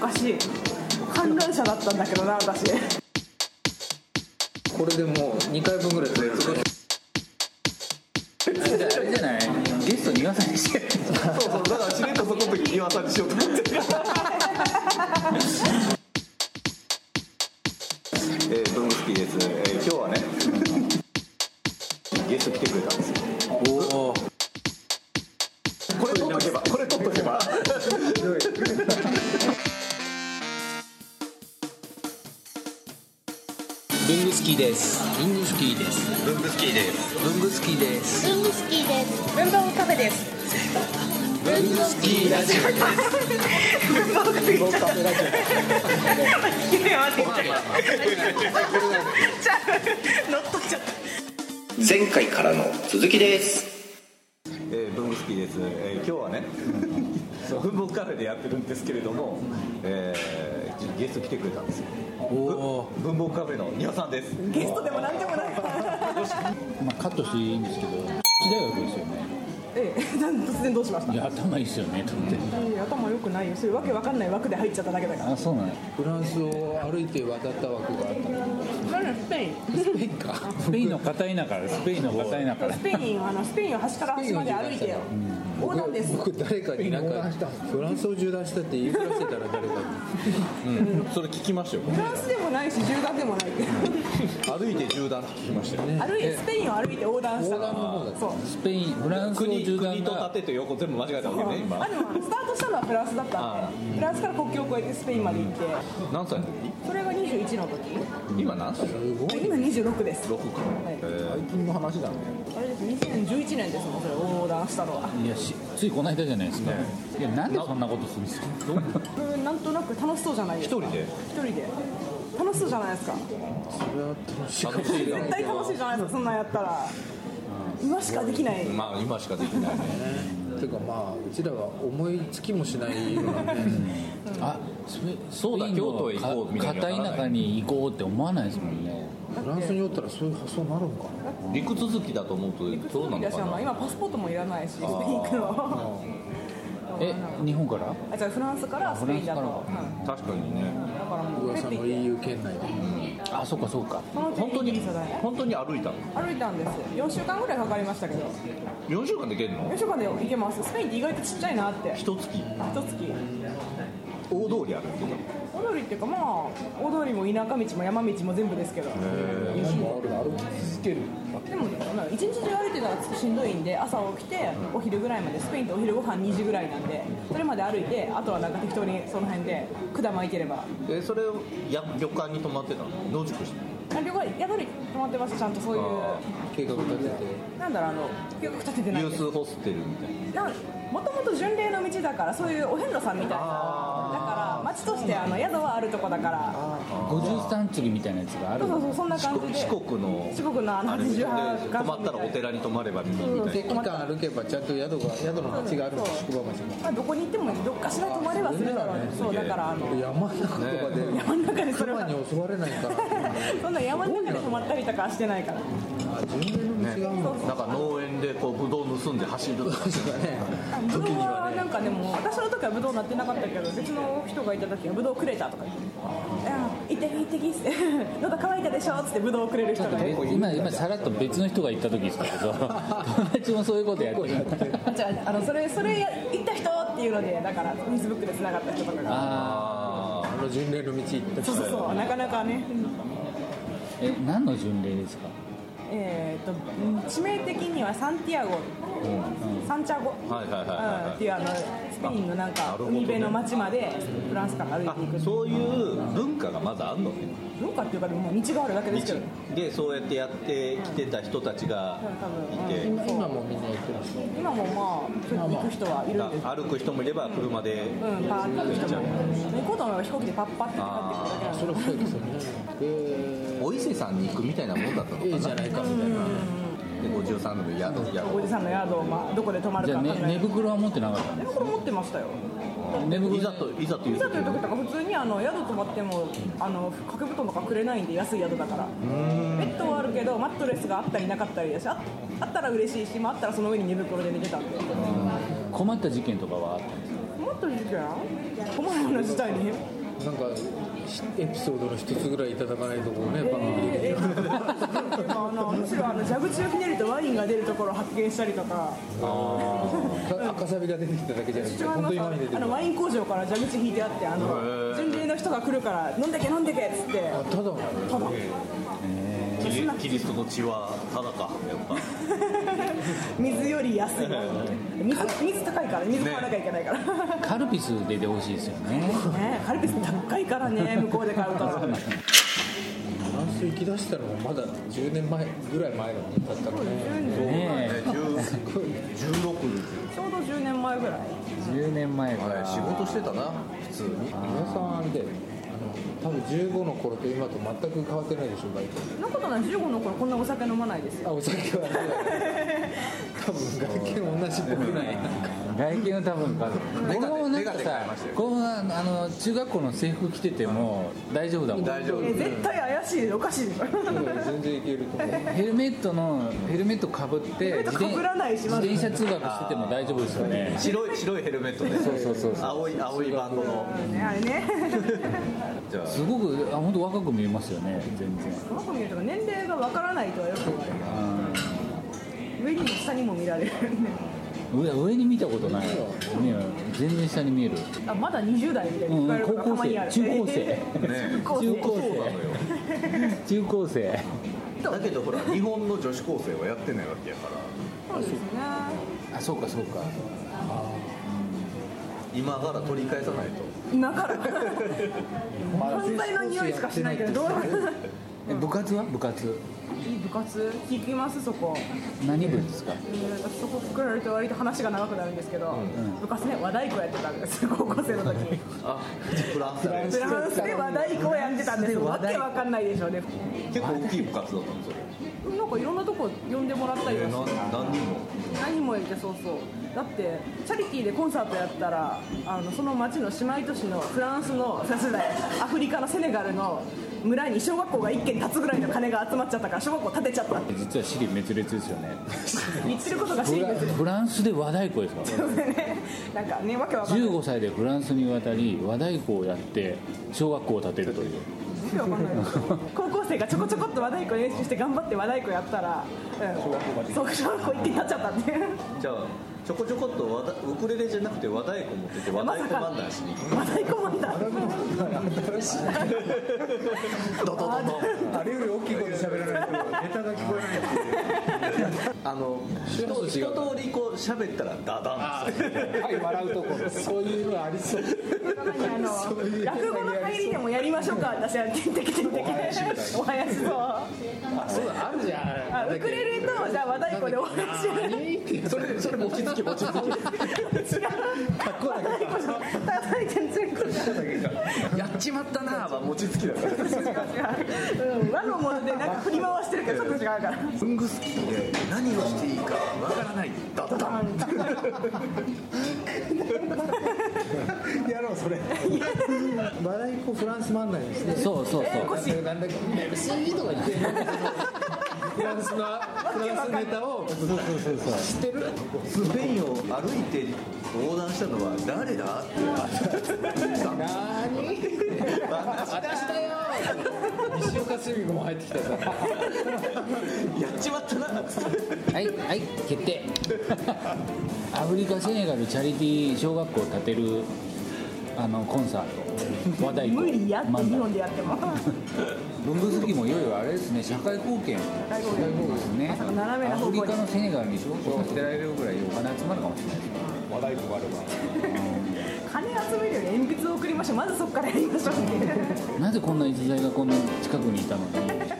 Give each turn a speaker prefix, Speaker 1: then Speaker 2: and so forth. Speaker 1: かしい観覧車だったんだけどな私
Speaker 2: これでもう2回分ぐらい取れるじゃああれじゃないゲストに岩さんにして
Speaker 3: そうそうだからしれっとそこの時岩さんにしようと思ってえー、ブングスキーです、えー、今日はねゲスト来てくれたんですよ
Speaker 2: おお
Speaker 3: これ取っとけばこれ取っとけば
Speaker 2: 文具好きです文具好きです
Speaker 3: ブングスキーです
Speaker 2: 文具好きです
Speaker 4: 文具好きです
Speaker 1: 文房具カフェです
Speaker 2: 文具好きラジ
Speaker 3: ブングスカフェラジ
Speaker 1: 乗っ取っちゃっ
Speaker 5: 前回からの続きです
Speaker 3: オ、えー、ブングスキーです、えー、今日はね文房具カフェでやってるんですけれども、えー、ゲスト来てくれたんですよ
Speaker 2: オお
Speaker 3: 文房具カフェの庭さんです
Speaker 1: たゲストでもなんでもない
Speaker 6: まあ、カットしていいんですけど、大学ですよね。
Speaker 1: ええ突然どうしました
Speaker 6: いや、頭いいですよね、と思って。
Speaker 1: いや頭良くないよそういうわけわかんない枠で入っちゃっただけだから
Speaker 6: あ、そうなの。
Speaker 2: フランスを歩いて渡った枠があったの
Speaker 1: スペイン
Speaker 2: スペインか
Speaker 6: スペインの片田舎から、スペインの片田舎から
Speaker 1: ス。ペインはあのスペインを端から端まで歩いてよ横断です
Speaker 2: 僕誰かに なんかフランスを縦断したって言いふらせたら誰か
Speaker 3: それ聞きましたよ
Speaker 1: フランスでもないし縦断でもない
Speaker 3: 歩いて縦断って聞きましたよね
Speaker 1: 歩いてスペインを歩いて横断したから
Speaker 2: 横断の方だった
Speaker 1: そう
Speaker 6: スペイン、フランスの縦
Speaker 3: 国
Speaker 6: 断
Speaker 3: 国と
Speaker 6: が。
Speaker 3: 縦と横全部間違えたわけね
Speaker 1: あ
Speaker 3: 今
Speaker 1: でもスタートしたのはフランスだったんでフランスから国境を越えてスペインまで行って
Speaker 3: 何歳の
Speaker 1: それが21の時
Speaker 3: 時今何歳
Speaker 1: 今26です
Speaker 3: 六か、えー最近の話だね
Speaker 1: あれです2011年ですもんそれ横断したのはい
Speaker 6: や、しついこの間じゃないですか。いや、なんでそんなことするんですか。
Speaker 1: うんなんとなく楽しそうじゃないですか
Speaker 3: 一人で
Speaker 1: 一人で楽しそうじゃないですか
Speaker 3: 楽しい
Speaker 1: 絶対楽しいじゃないですかそんなんやったら今しかできない
Speaker 3: まあ今しかできないね
Speaker 2: ていうかまあうちらは思いつきもしないような ね
Speaker 6: あ、スペそう
Speaker 3: だ京都へ行こうみたいには
Speaker 6: 片
Speaker 3: ならない
Speaker 6: 田舎に行こうって思わないですもんね。
Speaker 2: フランスにおったらそういう発想になるのかな
Speaker 3: 陸続きだと思うとどうなの
Speaker 1: いや
Speaker 3: か
Speaker 1: しかも
Speaker 3: な
Speaker 1: 今パスポートもいらないしスペイン行くの
Speaker 6: え、日本から。
Speaker 1: あじゃあフランスからスペインだと
Speaker 6: フランス
Speaker 1: うん
Speaker 3: 確かにね
Speaker 1: だからもうペ
Speaker 2: 噂
Speaker 1: ッて行
Speaker 2: の
Speaker 1: って
Speaker 2: EU 圏内で
Speaker 6: あ、そうか、そうか。
Speaker 1: この
Speaker 3: 本当
Speaker 1: 時イギ
Speaker 3: に
Speaker 1: リスだね
Speaker 3: 本当に歩いたの
Speaker 1: 歩いたんです4週間ぐらいかかりましたけど
Speaker 3: 4週間で行けるの
Speaker 1: 4週間で行けますスペインって意外とちっちゃいなって
Speaker 3: 一月
Speaker 1: 一月
Speaker 3: 大通り歩いて
Speaker 1: 大通りっていうかまあ大通りも田舎道も山道も全部ですけどでもまあ一日中歩いてたらしんどいんで朝起きてお昼ぐらいまでスペインってお昼ご飯2時ぐらいなんでそれまで歩いてあとはなんか適当にその辺で管巻いてれば
Speaker 3: たのえそれをや旅館に泊まってたの野宿して
Speaker 1: 旅行宿に泊まってましたちゃんとそうい
Speaker 3: あ
Speaker 1: う
Speaker 2: 計画立てて
Speaker 1: なんだろうあの計画立てて
Speaker 3: た
Speaker 1: ない
Speaker 3: ユ
Speaker 1: んで
Speaker 3: ースホステルみたいな
Speaker 1: なんもともと巡礼の道だからそういうお遍路さんみたいなだから町としてあの宿はあるとこだから
Speaker 6: 五十三次みたいなやつがあ
Speaker 1: そ
Speaker 6: る
Speaker 1: う。そうそうそんな感じで
Speaker 3: 四国の
Speaker 1: 四国のあの
Speaker 3: あれでしょ
Speaker 1: 88
Speaker 3: 泊まったらお寺に泊まればみたいな
Speaker 2: で期間歩けばちゃんと宿が宿の町があるの宿場町が
Speaker 1: まあ、どこに行ってもどっかしら泊まれはするだろうねそうだからあの
Speaker 2: 山の中とかで
Speaker 1: 山の中でそれ
Speaker 2: 熊
Speaker 1: は
Speaker 2: に襲われないから
Speaker 1: そんな山の中で泊まったりとかはしてないから
Speaker 2: あ巡礼の道があるの
Speaker 3: なんか農園でこうブドウ盗んで走るとか
Speaker 2: かね
Speaker 1: ブドウはなんかでも私の時はブドウなってなかったけど別の人がいた時はブドウくれたとか言って「いや行ってき行ってき」っつ って「喉乾いたでしょ」っつってブドウくれる人がいる
Speaker 6: 今今さらっと別の人が言った時ですけど 友達もそういうことやってる
Speaker 1: あじゃああのそれそれ行った人っていうのでだからフェイスブックでつながった人とかが
Speaker 6: あ
Speaker 2: あの巡礼の道行って
Speaker 1: そうそうそうなかなかね、
Speaker 6: あえ何の巡礼ですか
Speaker 1: えー、とうん地名的にはサンティアゴ、サンチャゴ、
Speaker 3: はいはいはいは
Speaker 1: う
Speaker 3: い
Speaker 1: んっていうあのスペインのなんか海辺の町までフランスから歩い
Speaker 3: あ
Speaker 1: ていくっていう
Speaker 3: そういう文化がまだあんのね
Speaker 1: 文化っていうかでもまあ道があるだけですけど
Speaker 3: でそうやってやってきてた人たちがいて、
Speaker 2: 今今もみんな行ってます
Speaker 1: 今もまあ行く人はいるんです
Speaker 3: 歩く人もいれば車で、
Speaker 1: うんパーッと行く人も行こうと思えば飛行機でパッパって帰ってくるだけなんで
Speaker 2: それそう ですよねえ
Speaker 3: お伊勢さんに行くみたいなもんだったのか
Speaker 2: ー、え
Speaker 3: な
Speaker 2: えじゃないかみたいな
Speaker 3: で53の宿宿
Speaker 1: おじさんの宿をまあどこで泊まる
Speaker 6: じ
Speaker 1: か
Speaker 6: ゃあ、
Speaker 1: 分か
Speaker 6: ね
Speaker 1: ん、ない
Speaker 6: 寝袋は持ってなかっ
Speaker 1: でもこれ持ってましたよ
Speaker 6: た寝袋
Speaker 3: いざといざとい
Speaker 1: いうざ
Speaker 3: 時
Speaker 1: という時とか普通にあの宿泊まってもあの掛け布団とかくれないんで安い宿だからベッドはあるけどマットレスがあったりなかったりだしああったら嬉しいし、まあ、あったらその上に寝袋で寝てたんで
Speaker 6: 困った事件とかはあったんですか
Speaker 1: もっとってる事件お前の事態に
Speaker 2: なんかエピソードの一つぐらいいただかないとこうね番組で
Speaker 1: えーあのむしろあの蛇口をひねるとワインが出るところを発見したりとか
Speaker 2: か赤サビが出てきただけじゃなくて本当に前に出て
Speaker 1: あ
Speaker 2: る
Speaker 1: のワイン工場から蛇口引いてあってあの巡礼の人が来るから飲んでけ飲んでけっつって
Speaker 2: あただ
Speaker 1: ただ
Speaker 3: キリキリストの血はただかやっぱ
Speaker 1: 水より安い水水高いから水買わなきゃいけないから、
Speaker 6: カルピスで出てほしいですよね
Speaker 1: ねカルピス高いから ね向こうで買うから
Speaker 2: 男性行き出したのもまだ10年前ぐらい前のだったからね
Speaker 6: ねえ
Speaker 3: 16
Speaker 1: ちょうど10年前ぐらい
Speaker 6: 10年前か
Speaker 3: あれ
Speaker 6: ら
Speaker 3: 仕事してたな普通に
Speaker 2: 皆さんあれで多分15の頃と今と全く変わってないでしょバイト
Speaker 1: そんなことない15の頃こんなお酒飲まない ですよ
Speaker 2: あお酒は多分外見同じっぽくない
Speaker 6: 外見は多分か
Speaker 3: メガネ
Speaker 6: このままなんか
Speaker 3: メガネ買い
Speaker 6: さ
Speaker 3: ましたよ
Speaker 6: このままあの中学校の制服着てても大丈夫だもん
Speaker 3: 大丈
Speaker 1: え
Speaker 3: 夫
Speaker 1: 絶対怪しいおか しいでしょ
Speaker 2: 全然いけると思う
Speaker 6: ヘルメットのヘルメットかぶって
Speaker 1: ルメット被らないし
Speaker 6: 自転自転車通学してても大丈夫ですよね
Speaker 3: 白い白いヘルメットで
Speaker 6: そうそうそうそう
Speaker 3: 青い青いバンドの
Speaker 1: ねあれね
Speaker 3: じゃあ
Speaker 6: すごくあ本当若く見えますよね全然
Speaker 1: この子見るとか年齢がわからないとはよく言って上にも下にも見られる
Speaker 6: 上上に見たことない、ね、全然下に見える、
Speaker 1: あまだ20代みたいに聞かれることがたまにある
Speaker 6: うん高校生中高
Speaker 3: ね
Speaker 1: 高
Speaker 6: 中高
Speaker 3: そうなのよ
Speaker 6: 生中高生
Speaker 3: だけどほら日本の女子高生はやってないわけやから
Speaker 1: そうですね
Speaker 6: あそうかそうか
Speaker 3: 今から取り返さないと
Speaker 1: 今 から犯罪の匂いしかしないけどどう
Speaker 6: え部活は部活
Speaker 1: いい部活聞きますそこ
Speaker 6: 何部ですか
Speaker 1: 私そこ作られると割と話が長くなるんですけど、昔ね和太鼓やってたんです高校生の時
Speaker 3: あフランスで
Speaker 1: フランスで和太鼓やってたんです
Speaker 6: フラ
Speaker 1: わ
Speaker 6: ンスで和太
Speaker 1: け
Speaker 6: 鼓
Speaker 1: わかんないでしょうね
Speaker 3: 結構大きい部活だったんです
Speaker 1: な
Speaker 3: よ
Speaker 1: んかいろんなとこ呼んでもらったり
Speaker 3: え
Speaker 1: はして
Speaker 3: な何人も
Speaker 1: 何も言ってそうそうだってチャリティーでコンサートやったらあのその町の姉妹都市のフランスのフランスじゃないアフリカのセネガルの村に小学校が1軒建つぐらいの金が集まっちゃったから小学校建てちゃったって
Speaker 6: 実は私利滅裂ですよね
Speaker 1: 言ってることが知
Speaker 6: フ
Speaker 1: り
Speaker 6: ラ
Speaker 1: たいです
Speaker 6: フランスで和太鼓ですか
Speaker 1: ね なんかねわけわかんないわ
Speaker 6: 15歳でフランスに渡り和太鼓をやって小学校を建てるという
Speaker 1: けわかんない 高校生がちょこちょこっと和太鼓練習して頑張って和太鼓やったら、うん、小学校そう小学校1軒建っちゃったっていう
Speaker 3: じゃあちょこちょこっと和太ウクレレじゃなくて和太鼓持ってて和太鼓漫談しに行く
Speaker 1: 和太鼓マンだ
Speaker 2: 新しい
Speaker 3: ドドドド
Speaker 2: あれより大きい声で喋らないとネタが聞こえない
Speaker 3: あの一
Speaker 2: と違う
Speaker 3: 一通りこう喋ったらダダンです
Speaker 2: はい笑うところそういうのありそう
Speaker 1: あの落語の入りでもやりましょうか私は「てんてけてんてけ」お囃子そう
Speaker 2: あそうだあるじゃんあ
Speaker 1: あウクレレとじゃあ和太鼓でお囃子違う
Speaker 2: れそれそれ餅つき餅つき
Speaker 1: 和太鼓じゃ叩いてん全部違う
Speaker 3: やっちまったなぁは餅つきだから
Speaker 1: 違う、うん、和のものでなんか振り回してるけどちょっと違うから
Speaker 3: ブングスキーで何をしていいかわからないダダン
Speaker 2: やろうそれ和太鼓フランス漫談にして
Speaker 6: そうそうそう
Speaker 2: なんだっけ MC とか言ってフランスのフランスネタを知ってる
Speaker 3: スペインを歩いて横断したのは誰だって
Speaker 2: 私だよ西岡澄子も入ってき たさ
Speaker 3: やっちまったなぁつって
Speaker 6: はいはい決定 アフリカセネガルチャリティー小学校を建てるあのコンサート和太鼓
Speaker 1: 無理やって
Speaker 6: 漫
Speaker 1: 日
Speaker 6: 才
Speaker 1: 本でやっても
Speaker 6: 文具好きもいよいよあれですね社会貢献ですね
Speaker 1: なんか斜めな
Speaker 6: ア
Speaker 1: 方向
Speaker 6: フ
Speaker 1: に
Speaker 6: リカのセネガルに小学校建てられるぐらいお金集まるかもしれないですね
Speaker 2: 和太鼓があれば
Speaker 1: 金集めるより鉛筆を送りましょうまずそこからやりましょうって
Speaker 6: なぜこんな逸材がこんな近くにいたのに